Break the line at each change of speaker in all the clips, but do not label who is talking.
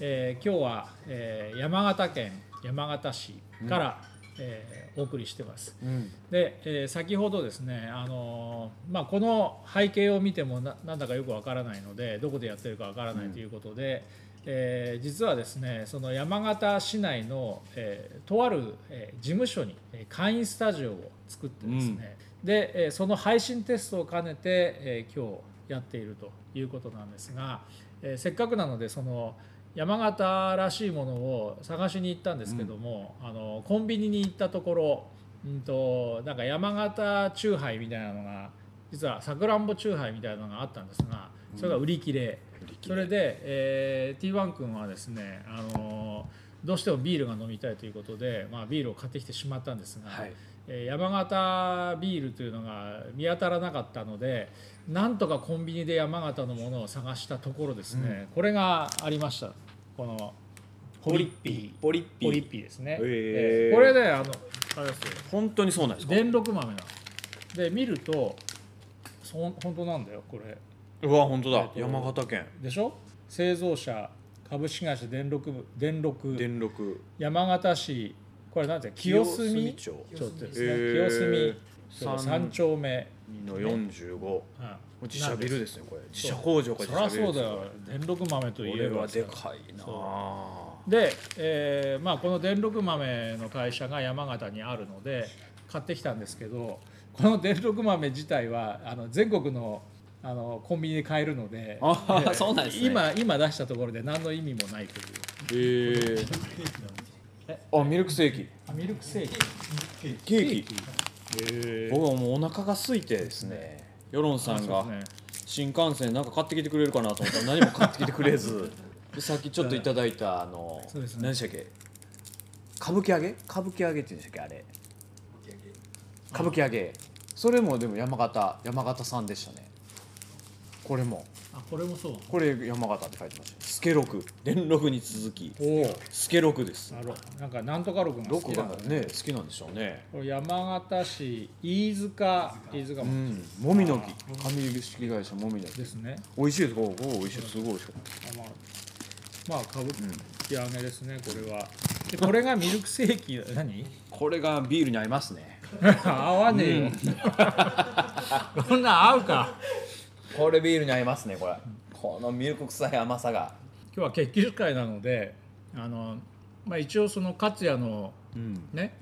えー今日は、えー山形県山形市から、えーお送りしてます。
うん
で、えー先ほどですね、あのーまあ、この背景を見てもななんだかよくわからないのでどこでやってるかわからないということで、えー実はですねその山形市内の、えーとある、えー事務所にえー会員スタジオを作ってですね、で、えーその配信テストを兼ねて、えー今日やっているということなんですが、えーせっかくなのでその山形らしいものを探しに行ったんですけども、あのコンビニに行ったところ、うん、となんか山形チューハイみたいなのが実はさくらんぼチューハイみたいなのがあったんですがそれが売り切れ、それで、えー、T1 君はですね、あのーどうしてもビールが飲みたいということで、まあ、ビールを買ってきてしまったんですが、
はい
えー山形ビールというのが見当たらなかったのでなんとかコンビニで山形のものを探したところですね、これがありましたこの
ポリッピーポリッ
ポリッピーですね、
へー
えーこれねあのあれですよ
本当にそうなんですか
電録豆なんですで見るとそ本当なんだよこれ
うわ本当
えっ
だ
と
山形県
でしょ製造者株式会社電力部電力
電力
山形市これなんていうの清澄町
町
ってですね、
へー
清澄
三
三丁目、
の45
うん
自社ビルですねこれ自
そう
社工場か
そ
自
りゃ
社ビル
そう
で
だ
すよ
よ電力豆と
こ
い
れ
えば
はでかいなあ
で、えーまあ、この電力豆の会社が山形にあるので買ってきたんですけどこの電力豆自体はあの全国のあのコンビニで買えるので
あ ー
えー
そうなんですね
今今出したところで何の意味もないという
へえあミルクセーキ
あミルクセーキ
ケーキ
へ
僕はもうお腹が空いてですね世論さんが新幹線なんか買ってきてくれるかなと思ったら何も買ってきてく れずでさっきちょっといただいたあの、
そうですね
何でしたっけ歌舞伎揚げ歌舞伎揚げって言うんでしたっけあれ歌舞伎揚げそれもでも山形山形産でしたねこれも
あこれもそう
これ山形って書いてましたスケロク電録に続き
おお
スケロクです
なるほどなんかなんとか録が
ロ
好
ク
きな
が
んだね
ね好きなんでしょうね
これ山形市飯塚飯塚
う
も
んもみの木紙式会社もみの木
ですね、
美味しいですここ美味しいすごい美味しかった
あまあ、まあ、歌舞伎揚げですね、これは。で、これがミルクセーキ、何
これがビールに合いますね
合わねえよ。 こんなん合うか。
これビールに合いますねこれこのミルク臭い甘さが
今日は決起会なので、あの、まあ、一応その勝也の
うん
ね、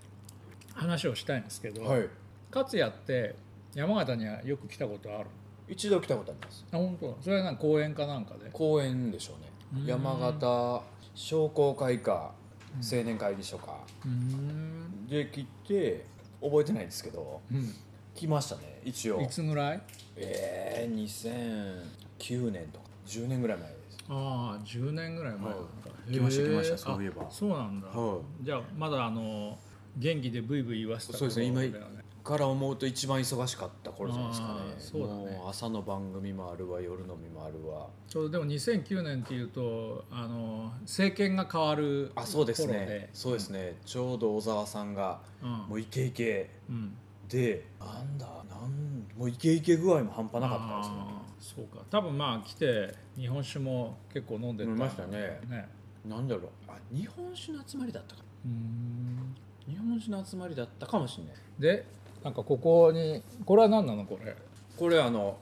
話をしたいんですけど、
はい
勝也って山形にはよく来たことある。
一度来たことあります
あ、本当。それはなんか公園かなんかで。
公園でしょう
うん
ね山形商工会か青年会議所か
うん。
で来て覚えてないですけど
うん。
来ましたね一応
いつぐらい？
ええ2009年とか10年ぐらい前です
ああ、10年ぐらい前なのか
い来ました
へえ
来ましたそういえば
あそうなんだ。じゃあまだあの元気でブイブイ言わせた
そうですね
頃だよ
今から思うと一番忙しかった頃じゃないですかね
あーそうだね
もう朝の番組もあるわ夜のみもあるわ
ちょうどでも2009年っていうとあの政権が変わる
あそうです
頃
ね
で
そうですね、ちょうど小沢さんが
うん
もうイケイケ
うん
でなんだなんもうイケイケ具合も半端なかったですね
あーそうか多分まあ来て日本酒も結構飲んで
飲みましたね
ね
なんだろうあ日本酒の集まりだったか
うーん
日本酒の集まりだったかもしれない
でなんかここにこれは何なのこれ、
これあの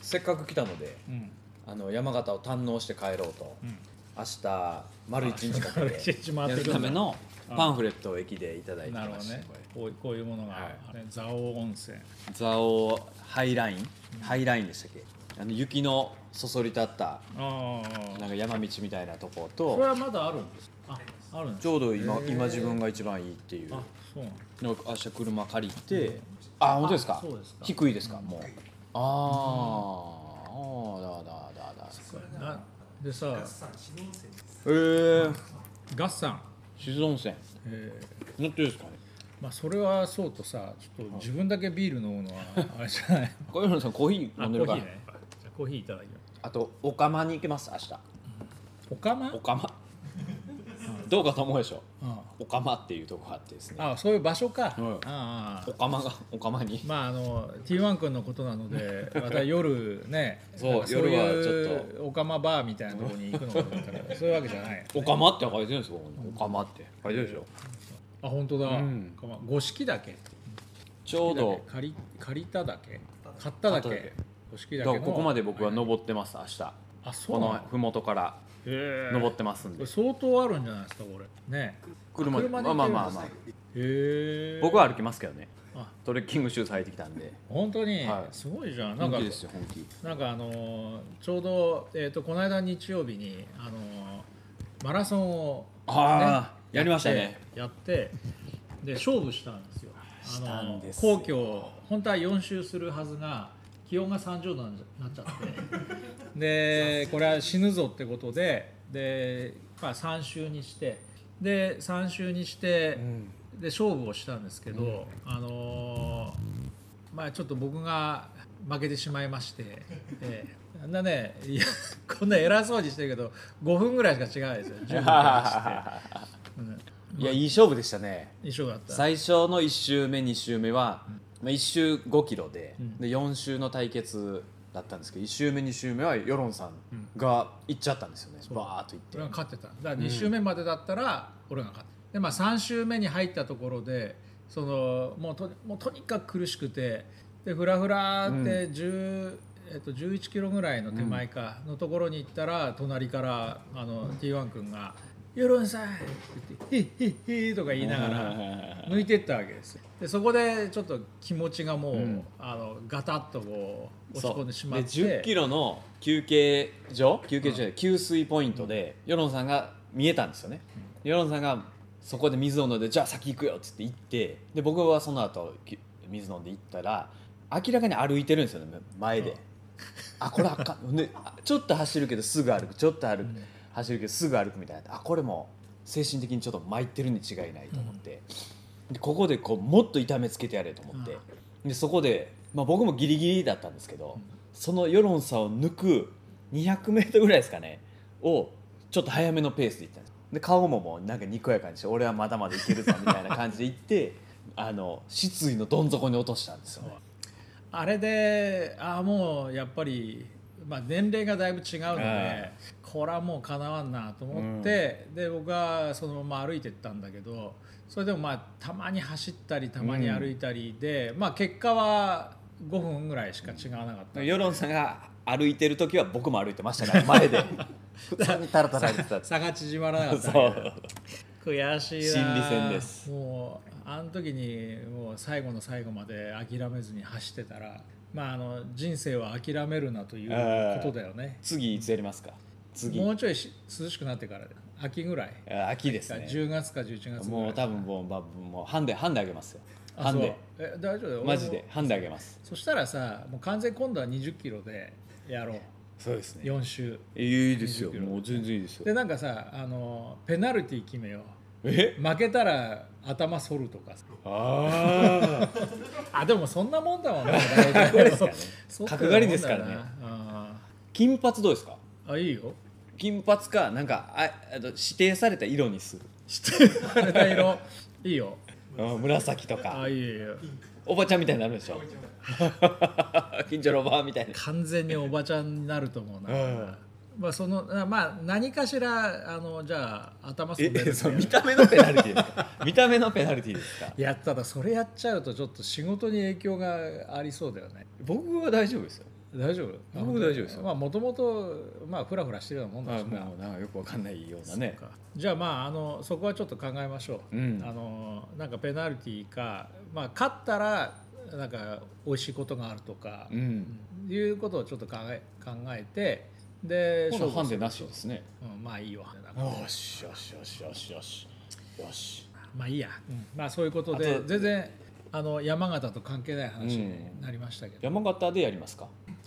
せっかく来たので
うん
あの山形を堪能して帰ろうと
うん、
明日丸一日かけ
一
て
日回
や
って
る
く
た
る
め
んだ
のパンフレットを駅でいただいて
なるほ
ま
ど
した
ねこういこういうものが、
は
ね蔵王温泉
蔵王ハイライン、ハイラインでしたっけあの雪のそそり立った
あ
な
あ
んか山道みたいなとこ
これ
と
はまだあるんですああるんです
ちょうど今
へー
今自分が一番いいっていう
あそうなんだ
なんか明日車借りてあ本当ですか
そうですか
低いですかもうあーあーだだだだ
なでさ
えー、
ガッサン、
静温泉
え
本当ですかね
ーまあ、それはそうとさちょっと自分だけビール飲むの はあれじゃない
小泉さんコーヒー
あ
飲ん
コ
でる
ー
か
ヒー
ら
ねじゃあコーヒーいただきます
あとお釜に行きます明日
おかま
お釜どうかと思うでしょ
うん、
おかまっていうとこがあってですね
あそういう場所か、
うん
ああ
おかまがおかまに
まああの T1 君のことなので また夜ね
そう
なんかい
夜はちょっ
おかまバーみたいなところに行くのかと思ったけどそういうわけじゃない
おかまって書いてるんですよここにおかまって書いてるでしょ
あ本当だ、
うん
かま五色だけ
ちょうど
借り借りただけ買っただ
買っただけ
け五色
だ
だ
か
け
ら
の
ここまで僕は登ってます明日
あそ
こ
うな
の
の
麓から
へえ
登ってますん
こ
で
れ相当あるんじゃないですかこれね
車で
車
まあ
で行けるんですね
まあまあまあ
へえ
僕は歩きますけどね
あ
トレッキングシューズ履いてきたんで
本当に、
はい
すごいじゃんなんか
本気ですよ本気
なんかあのーちょうど、えー、とこの間日曜日に、あのーマラソンを
ああやりましたね
やってで勝負したんですよ
したんですよ
皇居本当は4周するはずが気温が30度になっちゃって でこれは死ぬぞってことでで、まあ、3周にしてで3周にして、 で勝負をしたんですけど、あのーまあちょっと僕が負けてしまいまして、えーあんなねいやこんな偉そうにしてるけど5分ぐらいしか違うんですよ10分ぐらいして、うん、
いやいい勝負でしたね
印象があった
最初の1周目2周目は、まあ、1周5キロで,、
うん
で4周の対決だったんですけど1周目2周目は世論さんが行っちゃったんですよね、
う
バーっと行って
俺が勝ってただから2周目までだったら俺が勝ってでまあ3周目に入ったところでそのもうともうとにかく苦しくてでふらふらって10、えっと、11キロぐらいの手前かのところに行ったら、隣からあの T1 君が「世論さん!」って言って「ヒッヒッヒッ」とか言いながら 抜いてったわけですよでそこでちょっと気持ちがもう、
ん
あのガタッとこう落
そ
ち
う
込んでしまって
で10キロの休憩所休憩所で給水ポイントで世論さんが見えたんですよね世論さんがそこで水を飲んでじゃあ先行くよっつって行ってで僕はその後き水飲んで行ったら明らかに歩いてるんですよね前で、
うん
あこれあかん、ね、あちょっと走るけどすぐ歩くちょっと歩く、走るけどすぐ歩くみたいなあこれも精神的にちょっと参ってるに違いないと思って、でここでこうもっと痛めつけてやれと思って、でそこで、まあ、僕もギリギリだったんですけど、その世論差を抜く 200m ぐらいですかねをちょっと早めのペースで行ったんですで顔ももうなんかにこやかにして俺はまだまだいけるぞみたいな感じで行って あの失意のどん底に落としたんですよね、
あれでああもうやっぱり、まあ、年齢がだいぶ違うので、
え
これはもうかなわんなと思って、で僕はそのまま歩いてったんだけどそれでもまあたまに走ったりたまに歩いたりで、まあ、結果は5分ぐらいしか違わなかった、
世論さんが歩いてる時は僕も歩いてましたから前 で普通にタラタラ歩いてたんです
差が縮まらなかった
そ
わけ
う
悔しいな
心理戦です
もうあの時にもう最後の最後まで諦めずに走ってたら、まあ、あの人生は諦めるなということだよね
次いつやりますか次
もうちょいし涼しくなってからで秋ぐらい、
あ秋ですね
10月か11月ぐらい
もう多分もうばもうハンデハンデあげますよハ
あ
ン
そう
デ
え大丈夫だよ
マジで
俺も
ハンデあげます
そしたらさもう完全に今度は2 0キロでやろう
そうですね
4周
いいですよ
20キロ
もう全然いいです
で
よ
なんかさあのペナルティー決めよ
え
う負けたら頭反るとかさ
ああ
あでもそんなもんだもんね大丈夫そんなもんだよな
角刈りですからね
あ
金髪どうですか
ーあいいよ
金髪かなんかああと指定された色にする
あれだ色いいよ
うん紫と
あ
か
ーいいよいいよ
おばちゃんみたいになるでしょ 近所のおばあみたいな
完全におばちゃんになると思うな、
うん
まあそのあまあ何かしらあのじゃあ頭す
え
んで
え
る
その見た目のペナルティーですか見た目のペナルティーですか
いやただそれやっちゃうとちょっと仕事に影響がありそうだよね
僕は大丈夫ですよ
大丈夫
僕大丈夫ですよ
まあもともとまあフラフラしてるようなもんだ
まあ
しな
もうなんかよくわかんないようなね
そうかじゃあまああのそこはちょっと考えましょう、
うん
あのなんかペナルティーか、まあ、勝ったらなんか美味しいことがあるとか、
うん
いうことをちょっと考え考えてで
この
勝
ハン
負す
デ
る
なしですね
うん、まあいいよなんか
よしよしよしよしよしよし
まあいいや、まあそういうことで
あと
全然あの山形と関係ない話になりましたけど、
山形でやりますか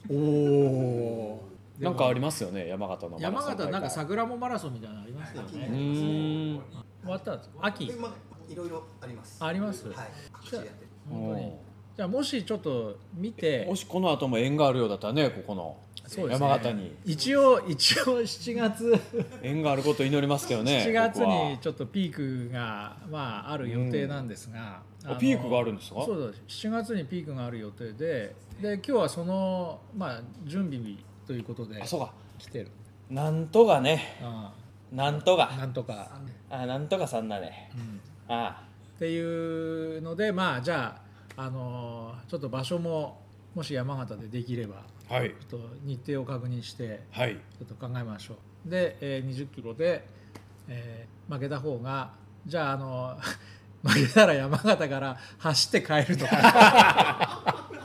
おお
なんかありますよね山形のマラソン
山
大会
形なんか桜もマラソンみたいなのありますよ
う
ね
ーん
終わったんです秋
今いろいろあります。
あります
はい。各地でやってる
本当に
お
じゃあもしちょっと見て
もしこの後も縁があるようだったらねここの
そうですね
山形に
一応一応7月
縁があることを祈りますけどね
7月
ここは
にちょっとピークが、まあ、ある予定なんですが、
ん
あの
あピークがあるんですか
そうです7月にピークがある予定でで今日はその、まあ、準備日ということで
あそうか
来てる
なんとかね
あ
なんと
あ
か
なんとか、
あなんとかさんだね
うん
あ
っていうのでまあじゃあ、あのーちょっと場所ももし山形でできれば
あはい
ちょっと日程を確認して
はい
ちょっと考えましょうで、え2 0キロで、えー負けた方がじゃああの 負けたら山形から走って帰るとか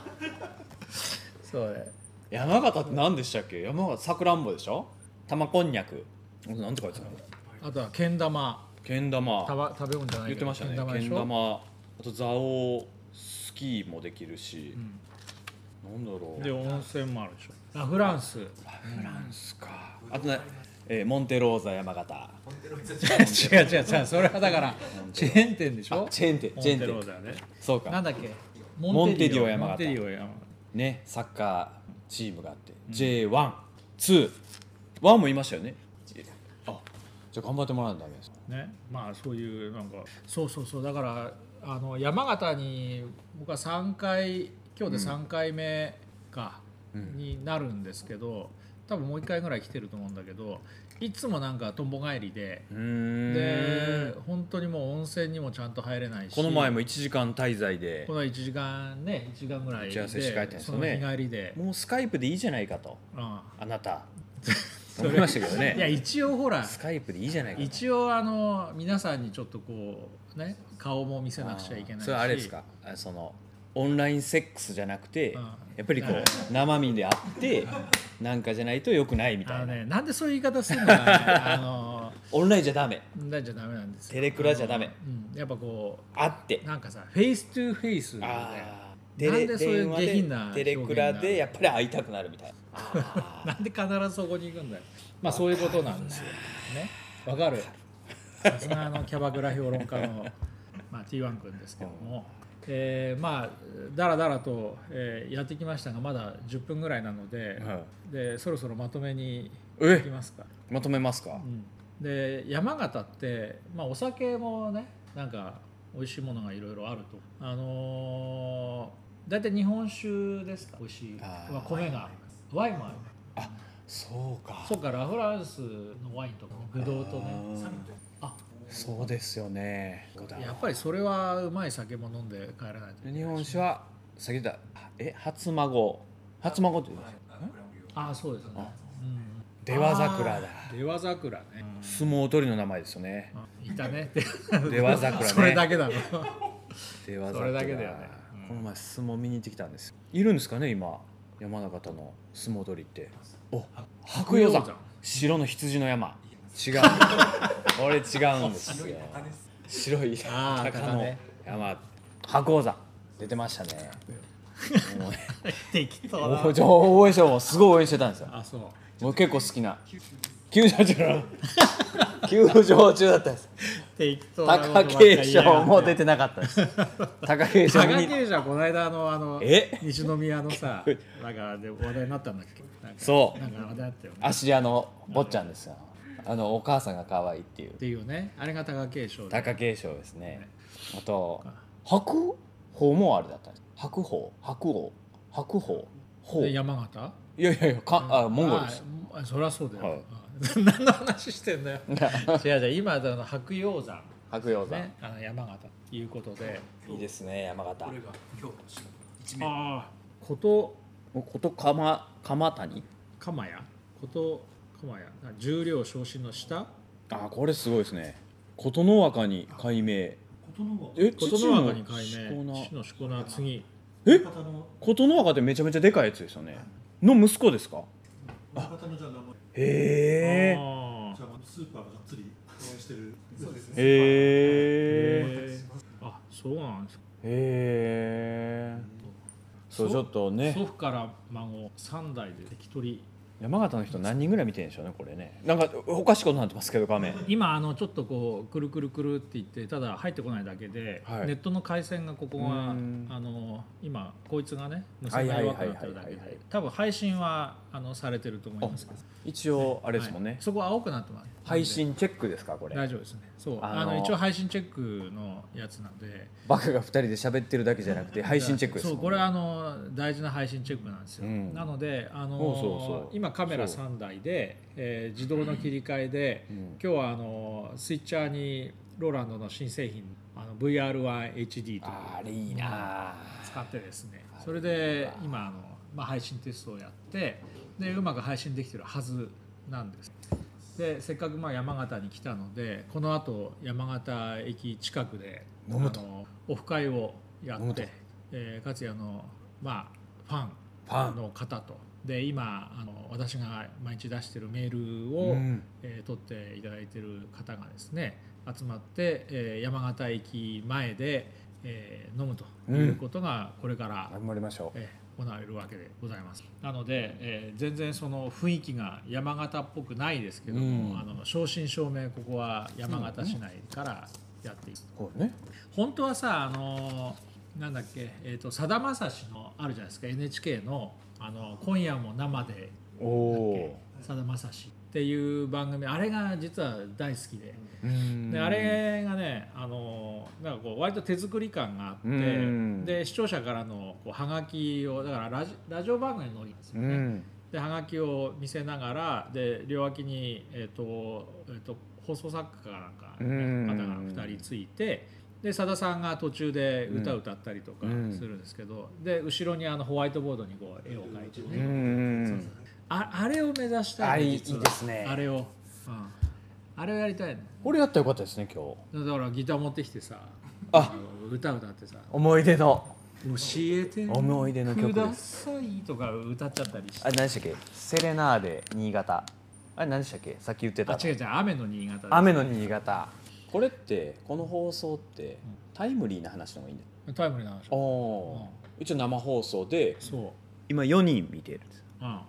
そうね
山形って何でしたっけ山形さくらんぼでしょ玉こんにゃくなんて書いてたの
あとはけん玉
けん玉
たば食べ物じゃない
言ってましたね
けん玉で
け
し
ん
ょ
玉あと蔵王スキーもできるし
う、ん
なんだろう
で温泉もあるでしょラフランス
フランスかあとね、えーモンテローザ山形
違う違う違うそれはだからチェーン店でし
あ
ょ
チェーン店チェーン
モンテローだ
店
よね
そう
なん
か
だっけ
モンテディオ山形
モンテディオ山形
ねサッカーチームがあって、J121 もいましたよねあじゃあ頑張ってもらわないとダメです
ねまあそういうなんかそうそうそうだからあの山形に僕は3回今日で3回目か、になるんですけど多分もう1回ぐらい来てると思うんだけどいつもなんかとんぼ返りで。
うー
で
ん
本当にもう温泉にもちゃんと入れないし
この前も1時間滞在で
この1時間ね1時間ぐらいで
打ち合わせして帰ったんです
そ
よ
の
ね
日帰りで、
もうスカイプでいいじゃないかと
うん
あ なた
れ
思いましたけ ど
いや
ね
一応ほら
スカイプでいいじゃないかと
一応あの皆さんにちょっとこうね顔も見せなくちゃいけないし
それはあれですかあそのオンラインセックスじゃなくて、
うん
やっぱりこ
はいう
生身であってなんかじゃないと良くないみた
あ
い
の
な、
ね、なんでそういう言い方するのか、ね、あの
オンラインじゃダメ
なんじゃダメなんですよ
テレクラじゃダメ
あのうん、やっぱこ
あって
うなんかさフェイストゥフェイスで
あー
なんでそういう下品な
電話でテレクラ
表現
で
な
やっぱり会いたくなるみたいなあ
なんで必ずそこに行くんだよまあそういうことなんですよねわかるさすがあのキャバクラ評論家の、 まあ、T1 君ですけども、えーまあだらだらと、えーやってきましたがまだ10分ぐらいなので,、
ーは
でそろそろまとめに
い
いき
え
ますか
まとめますか
うんで山形って、まあ、お酒もねなんか美味しいものがいろいろあるとあのー大体日本酒ですか美味しい
あー
まあ、米がワインもある
そうか
そうかラフランスのワインとかねブドウとねあ
そうですよね
やっぱりそれはうまい酒も飲んで帰らないと
日本酒は先だえ初孫初孫って言うんですか
ああそうですね
出羽桜だ
うん出羽桜ね、
相撲取りの名前ですよね
うんいたね
出羽桜ね
それだけだろ
出羽
それだけだよねうん
この前相撲見に行ってきたんですよいるんですかね今山形の相撲取りってお白鷹山白の羊の山違 うこれ違うんですよ白い
あー
鷹
鷹
の
ね
山白鷹山出てましたねもうね
適当だ
応援応援してもすごい応援してたんですよ
あそう
もう結構好きな球 場中の球場中だったんです
適当なことばっ
貴
か
景
り言いやがって
勝も出てなかったです貴景
佐
勝
賀
見に
県じゃこの間あのあの
え
西宮の さなんかで話題になったんだっけなんか
そう
なんか話題だったよねっ
芦屋の坊ちゃんですよあのお母さんが可愛いっていう
ていうねあれが貴景勝で
貴景勝ですねあと白鵬もあれだったんです白鵬白鵬白鵬鵬
で
いや
山形
いやいやかあモンゴルです
ああそ りゃそうだよ、
はい
うん何の話してんだよ違う違う今あの白鷹山
白鷹山
ねあの山形ということで
いいですね山形
ああ琴
こと鎌鎌谷
鎌屋琴鎌屋な重量昇進の下
あこれすごいですね琴ノ若に改名え
琴
父
の
の
若に改名父のしこ名次
え琴ノ若ってめちゃめちゃでかいやつですよねの息子ですかへえ
あー
スーパーががっつり応援してる。そうですね。
へえ
あそうなんですか
へえそう
そ
ちょっとね
祖父から孫3代で関取
山形の人何人ぐらい見てるんでしょうねこれねなんかおかしいことになってますけど画面
今あのちょっとこうくるくるくるって言ってただ入ってこないだけで、
はい
ネットの回線がここ
う
があ
ん
の今こいつがね無
は
線
い
が
はい
弱く
はい
なっ
はい
てるだけ
はいはい
で多分配信はあのされてると思いますけど
一応あれですもん
は
ね
い、そこは青くなってます
配信チェックですかこれ
大丈夫ですねそう
あの
あの一応配信チェックのやつなんで
バカが2人で喋ってるだけじゃなくて配信チェックですもん
そうこれはあの大事な配信チェックなんですよ、
うん
なのであの
そうそうそう
今カメラ
そう
3台で、えー自動の切り替えで、
うん
今日はあのスイッチャーにローランドの新製品あの VR1HD という
あれいいなあ
使ってですねそれで今あの、まあ、配信テストをやってでうまく配信できてるはずなんですでせっかくまあ山形に来たのでこのあと山形駅近くで
飲むと
あのオフ会をや
飲む
っ
と
て、えー、かつやの、まあ、フ
ァ
ァ
ン
ンの方とで今あの私が毎日出してるメールを、
うん
えー撮っていただいてる方がですね集まって、えー山形駅前で、えー飲むということがこれから、
頑張りましょう
えー行われるわけでございますなので、えー全然その雰囲気が山形っぽくないですけども、
うん
あの正真正銘ここは山形市内からやっていく、
これね
本当はさあのなんだっけえーとさだまさしのあるじゃないですか NHK のあの「今夜も生で
おお
さだまさしっていう番組あれが実は大好きで,、
ー
であれがねあのなんかこう割と手作り感があって、
うん
で視聴者からのこうはがきをだからラジラジオ番組の多いんです
う
よね、
ん
ではがきを見せながらで両脇に、えっとえっと放送作家かなんか
う
の
ん
方が2人ついてでさださんが途中で歌を歌ったりとか
うん
するんですけど、で後ろにあのホワイトボードにこう絵を描いてね、
う
そうんそうああれを目指した
あ
い
い
の
い
実はい
いですね
あれを、うん、あれをやりたいの
これやったらよかったですね今日
だからギター持ってきてさ
あ
の歌歌ってさ「
思い出の
教えて
思い出の曲です
ください」とか歌っちゃったりして
あれ何でしたっけセレナーデ新潟あれ何でしたっけさっき言って
あ
た
違う違う雨の新潟です
雨の新潟これってこの放送ってタイムリーな話の方がいいんだよ
タイムリーな話
おおうちの生放送で
そう
今4人見てるんです
うん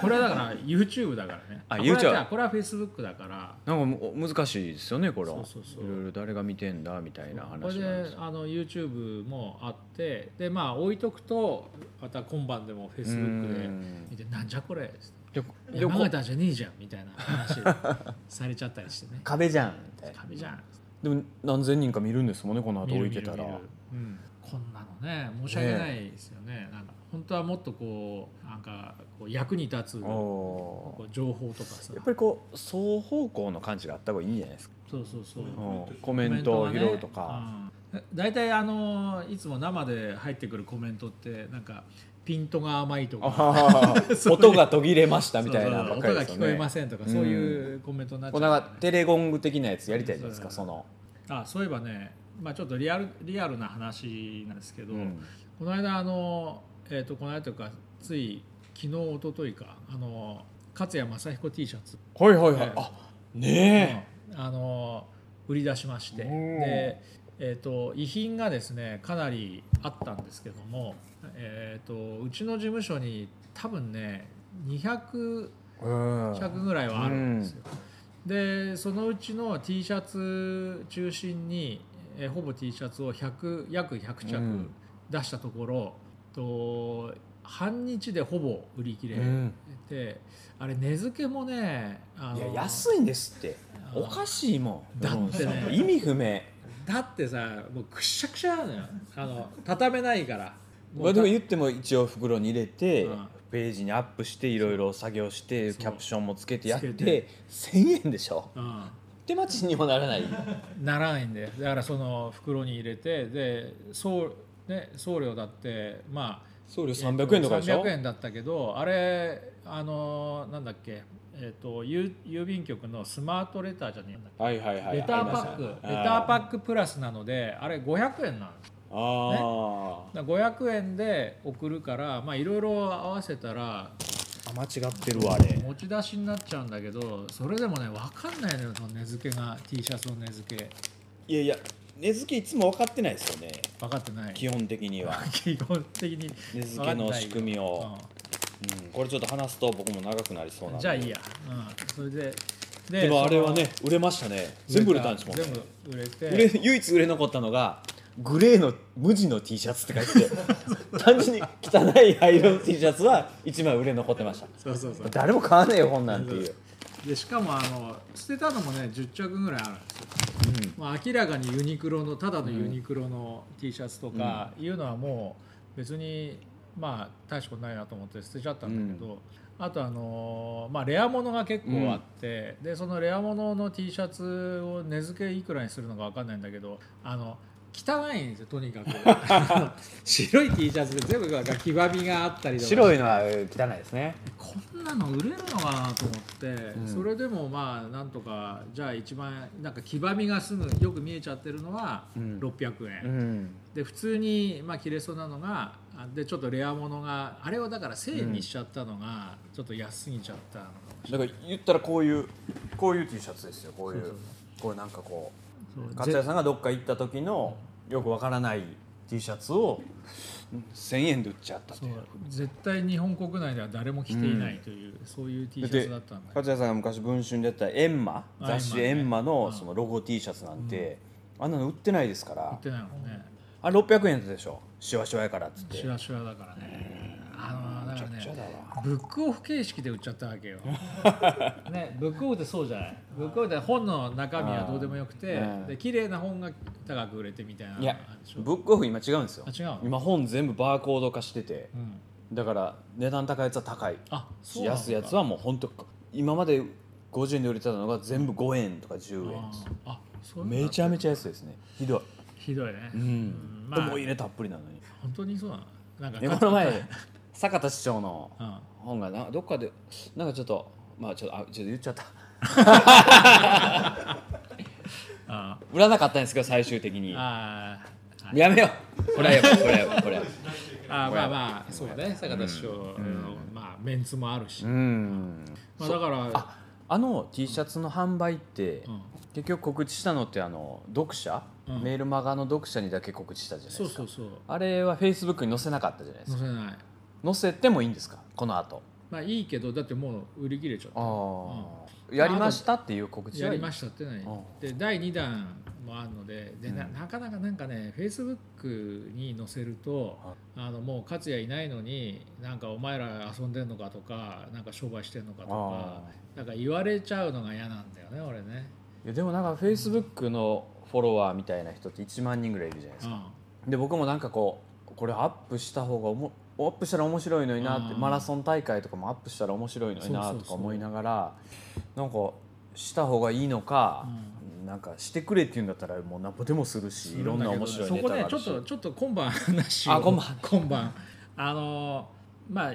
これはだから YouTube だからね
あ
これは
YouTube
じゃあこれは Facebook だから
なんかも難しいですよねこれは
そうそうそう
いろいろ誰が見てんだみたいな話
これ
なん
で
ですよ
あの YouTube もあってでまあ置いとくとまた今晩でも Facebook で
うん
見て「なんじゃこれ」
でで
山
こ
形じゃねえじゃんみたいな話されちゃったりして ね
壁じゃんみたいな
壁じゃん
でも何千人か見るんですもんねこの後
見る
置
見
いて
る見
た
る
ら
うんこんなのね申し訳ないですよねなんか本当はもっとこうなんかこう役に立つこ
おー
う情報とかさ
やっぱりこう双方向の感じがあった方がいいんじゃないですか
そうそうそう
うんコメントを拾うとか、
コメントがねうんだいたいあのいつも生で入ってくるコメントってなんかピントが甘いと
あ
か
はは
そう
音が途切れましたみたい
そ
な
う
ば
そう
っかりですよ
音が
ね
聞こえませんとかそういうコメントになっちゃ
こ
う
う
か
な
ら
んかテレゴング的なやつやりたいじゃないですか
そ
そうの、
あそういえばねまあちょっとリアルリアルな話なんですけど、
うん
この間あのえっ、とこの間というかつい昨日一昨日かあの勝谷正彦 T シャツ
はいはいは
え
い
え
あね
あの売り出しまして
お
で
ー、
えー、と遺品がですねかなりあったんですけども、えー、とうちの事務所に多分ね200100
えうん
ぐらいはあるんですよ。でそのうちの T シャツ中心に、えーほぼ T シャツを100約100
うん
着出したところ、と半日でほぼ売り切れ
うん
て、あれ値付けもねあ
いや
の
安いんですって
あの
おかしいもん
だってね
ドロンさん意味不明
だってさもうくっしゃくしゃなのよあの畳めないから
まあでも
た
言っても一応袋に入れて
うん
ページにアップしていろいろ作業して
そう
キャプションもつけてやって
つけて
1000円でしょ
うん
手間賃にもならない
ならないんでだからその袋に入れてで送,、ね、送料だってまあ
送料300円とかでしょ
300円だったけどあれあのなんだっけえっ、と郵郵便局のスマートレターじゃねえんだっ
はいはいは
け
い
レターパックレターパックプラスなのであれ500円なんです
クあ
だから500円で送るからまあいろいろ合わせたら
ーあ間違ってるわあれ
持ち出しになっちゃうんだけどそれでもね分かんないのよその値付けが T シャツの値付け
いやいや値付けいつも分かってないですよね
分かってない
基本的には
基本的に
値付けの仕組みを
分かんないよ
これちょっと話すと僕も長くなりそうなんで
じゃあいいや、うん、それでで
でもあれはね売れましたね全部売れたんですもんね
全部売れて
売れ唯一売れ残ったのがグレーの無地の T シャツって書いてて単純に汚い灰色の T シャツは1枚売れ残ってました
そうそうそう
誰も買わねえよ本なんていう
でしかもあの捨てたのもね10着ぐらいあるんですよ、まあ、明らかにユニクロのただのユニクロの T シャツとかいうのはもう別にまあ大したことないなと思って捨てちゃったんだけど、あとあのまあレアものが結構あって、でそのレアものの T シャツを値付けいくらにするのかわかんないんだけどあの汚いんですよと にかくあの白い T シャツで全部なんか黄ばみがあったりとかして
白いのはえー汚いですね
こんなの売れるのかなと思って、それでもまあなんとかじゃあ一番なんか黄ばみがすぐよく見えちゃってるのは600円、
うん
で普通にまあ切れそうなのがあでちょっとレアものがあれをだから1000円にしちゃったのがちょっと安すぎちゃったのかもし
だから言ったらこういうこういう T シャツですよこういうこうなんかこ
れない
勝谷さんがどっか行った時のよくわからない T シャツを1000円で売っちゃったって
そ
いうう
絶対日本国内では誰も着ていないという、そういう T シャツだったんだけど
勝谷さんが昔文春でやってたエンマ
あ
雑誌
エ
エ
ン
ン
マ
マ
ね
のそのロゴ T シャツなんて、あんなの売ってないですから
売ってないもんね
あれ600円だったでしょシワシワやからっつって
シュワシュワだからねあのだからねブックオフ形式で売っちゃったわけよ、 ね、ブックオフってそうじゃないブックオフって本の中身はどうでもよくて
うん
で綺麗な本が高く売れてみたいなの
い
が
や
あるでしょ
ブックオフ今違うんですよ
あ違うの
今本全部バーコード化してて
うん、
だから値段高いやつは高い
あそうなのか
安いやつはもう本当今まで50円で売れてたのが全部5円とか10円
あ
です
あそういうの
めちゃめちゃ安いですねひどい、
ひどいね、
うん
んまあ
思い入れたっぷりなのに
本当にそうなのなんか
ねこの前坂田市長の
うん
本がなどっかでなんかちょっとまあちょっとあちょっと言っちゃった
あ
売らなかったんですけど最終的に
あー
やめようこれはやばいこれはやばいこれはやばい
あーまあまあそうだね坂田師匠の、まあ、メンツもあるし、
うん
まあ、だから
あの T シャツの販売って、
うん
結局告知したのってあの読者、
うん
メールマガの読者にだけ告知したじゃないです
そ
か
うそうそう
あれはフェイスブックに載せなかったじゃないです
載
か
せない
載せてもいいんですかこの後
まあいいけどだってもう売り切れちゃった
ああやりましたっていう告知
や
は
りましたってない
うん
で第2弾もあるのででな,、なかなかなんかねフェイスブックに載せるとあのもう勝也いないのになんかお前ら遊んでんのかとかなんか商売してんのかとか
あ
なんか言われちゃうのが嫌なんだよね俺ね。
いやでもなんかフェイスブックのフォロワーみたいな人って1万人ぐらいいるじゃないです
う
か、
ん
で僕もなんかこうこれアップした方がおもアップしたら面白いのになって、
うん
マラソン大会とかもアップしたら面白いのにな
そうそうそう
とか思いながらなんかした方がいいのか、なんかしてくれって言うんだったらもう何ぼでもするしいろんな面白い
そ
ネタ
こ
が
で
あ
ちょ
る
っ
し
とちょっと今晩話を
あ今晩
今晩あのまあ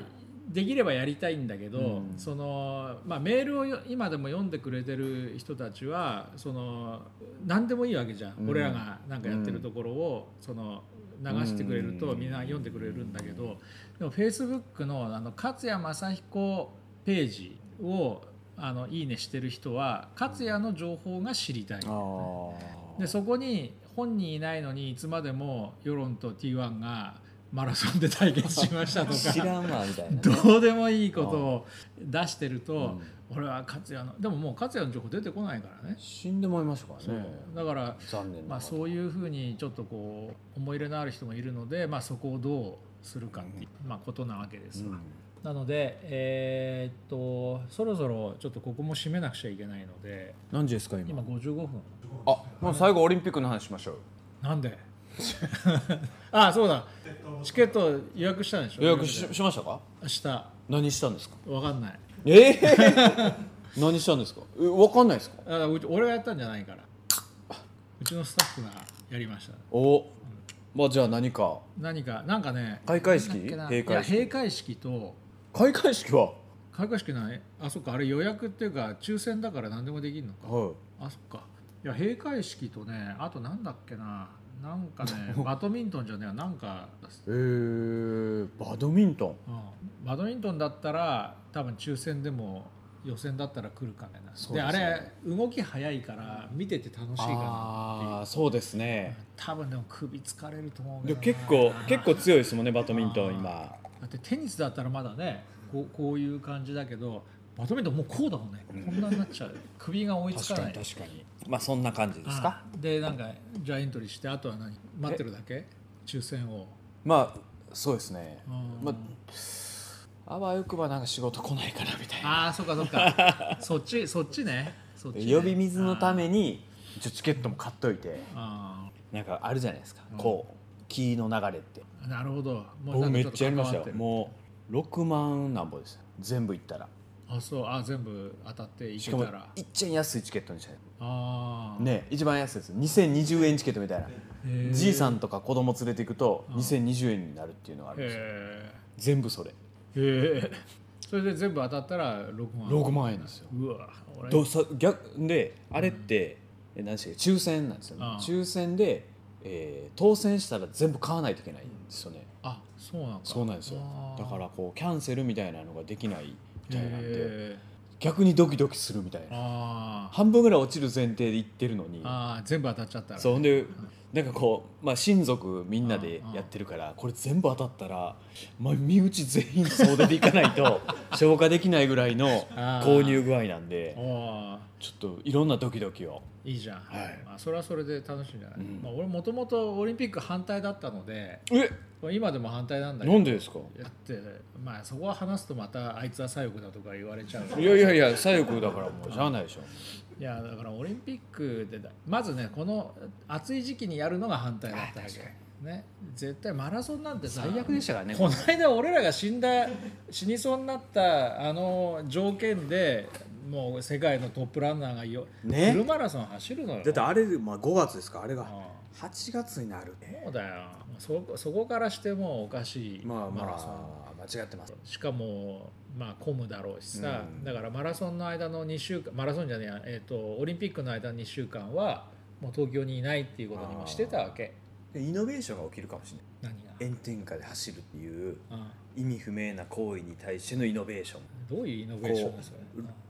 できればやりたいんだけど、
うん
そのまあ、メールをよ今でも読んでくれてる人たちはその何でもいいわけじゃん、
うん
俺らがなんかやってるところをその流してくれるとみんな読んでくれるんだけど、でもフェイスブックのあの勝谷正彦ページをあのいいねしてる人は勝谷の情報が知りたい。
あー
でそこに本人いないのにいつまでも世論と T1 がマラソンで対決しましたと
知
から
んわみたいなね、
どうでもいいことを出してると、俺は勝也のでももう勝也の情報出てこないからね
死んでもらいましたからね
だから、
残念な
まあ、そういうふうにちょっとこう思い入れのある人もいるので、まあ、そこをどうするかっていう、まあ、ことなわけですわ、なのでえーっとそろそろちょっとここも締めなくちゃいけないので
何時ですか今
今55分
あもう最後オリンピックの話しましょう
なんで あそうだチケット予約したんでしょ
予約ししましたか
明日
何したんですか
わかんない
ええ 何したんですかえわかんないですか
あうち俺がやったんじゃないからうちのスタッフがやりました
おまあじゃあ何か
何かなんかね
開会式
なんだっけ
閉
ないや
会式
閉会式と
開会式は
開会式ないあそっかあれ予約っていうか抽選だから何でもできるのか
は
あそっかいや閉会式とねあとなんだっけななんか ねバドミントンじゃねえわなんか、
いえー、バドミントン
うん、バドミントンだったら多分抽選でも予選だったら来るかねな
そう
で
です
あ
ね
れ動き早いから見てて楽しいかなっていう
ああそうですね
多分でも首疲れると思う
で
けどな
結構結構強いですもんねバドミントン今
だってテニスだったらまだねこうこういう感じだけどバドミントンもうこうだもんねこんなになっちゃう首が追いつかない
確かにまあそんな感じですか
あでなんかじゃあエントリーしてあとは何待ってるだけ抽選を
まあそうですね
うん
まあわよくばなんか仕事来ないからみたいな
ああそっかそっかそっちそっちねそっちね
呼び水のために一応チケットも買っといて
あ
なんかあるじゃないですかこう気の流れって
ーなるほども
僕めっちゃやりまし
なん
た
かょと関わ
よ
ってる
もう6万なんぼです全部行ったら
あそうあ全部当たってい
し
け
か
た
も
ら
いっちゃん安いチケットにしたい
ああ
ね一番安いです2020円チケットみたいな
へー
じいさんとか子供連れていくと
うん
2020円になるっていうのがあるんですよ
へ
全部それ
えへえそれで全部当たったら6万
6万円ですよ
うわ俺
どうさ逆であれって、え何でしたっけ抽選なんですよね、
うん
抽選で、えー当選したら全部買わないといけないんですよね、
あそうなんか
そうなんですよ
あー
だからこうキャンセルみたいなのができないみたいなんで
へえ
逆にドキドキするみたいな
あー
半分ぐらい落ちる前提で行ってるのに
あー全部当たっちゃったら
そうほんでなんかこう、まあ、親族みんなで
うんうん
やってるからこれ全部当たったら、まあ、身内全員総出でいかない と消化できないぐらいの
あー
購入具合なんで
あ
ちょっといろんなドキドキを。
ーいいじゃん、
はい
まあ、それはそれで楽しいんじゃない、
うん
まあ、俺もともとオリンピック反対だったので
え
今でも反対なんだけど
なんでですか
だってまあそこは話すとまたあいつは左翼だとか言われちゃう
いやいやいや左翼だからもうしゃあないでしょ
いやだからオリンピックでだまずねこの暑い時期にやるのが反対だったわけね絶対マラソンなんてさ
最悪でしたからね
この間俺らが死んだ死にそうになったあの条件でもう世界のトップランナーがよ、
ね
フルマラソン走るのよ
だってあれ、まあ、5月ですかあれ
うん
が8月になる
そうだよそそこからしてもうおかしい
まあ
マ
ま
ラソン
あ間違ってます
しかも、まあ、混むだろうしさ、
うん
だからマラソンの間の2週間マラソンじゃねえや、えー、とオリンピックの間の2週間はもう東京にいないっていうことにもしてたわけ
イノベーションが起きるかもしれない
何が、
炎天下で走るっていう
うん
意味不明な行為に対してのイノベーション
どういうイノベーション
こ
ですかね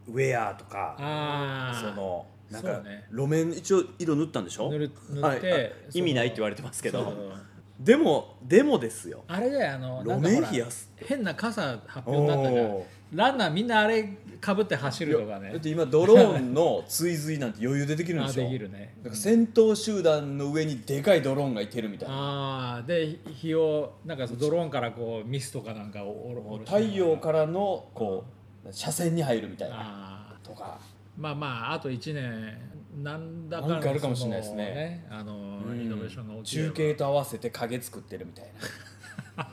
うウウェアとか
ああ
そのなん
そ
か
うね
路面一応色塗ったんでしょ
塗る塗って、
はいあ
その
意味ないって言われてますけ
そ
ど
う
でもでもですよ
あれだよあの
路
なんか
面
ほら
冷やす
変な傘発表になったじゃん
おー
ランナーみんなあれかぶって走るとか
だっ
ね
て今ドローンの追随なんて余裕でできるん
あ
で
ー
しょ
できるね
なんか戦闘集団の上にでかいドローンがいてるみたいな
ああで日をなんかドローンからこうミストかなんかをおろおろし
太
なが
陽からのこう車線に入るみたいな
ああ
とか
まあまああと1年なんだかの
なんかあるかもしれないですね
そのあの
うん
イノベーションが起きれば
中継と合わせて影作ってるみたいな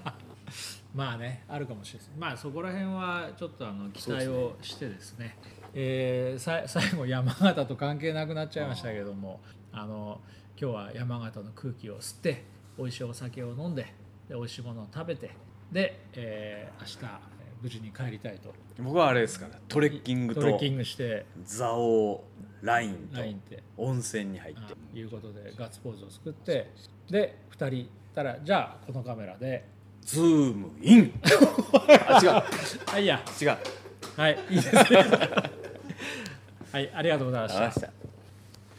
まあねあるかもしれないですまあそこら辺はちょっとあの期待をしてですねえーさ 最後山形と関係なくなっちゃいましたけどもあの今日は山形の空気を吸って美味しいお酒を飲んでで美味しいものを食べてで、えー明日無事に帰りたいと
僕はあれですからトレッキング
トレッ
と
キングして
蔵王ラインと
ラインって
温泉に入って
あいうことでガッツポーズを作ってで2人いたらじゃあこのカメラで
ズームイン
あ違う
はいいや
違う
はいいいですねはいありがとうございました
した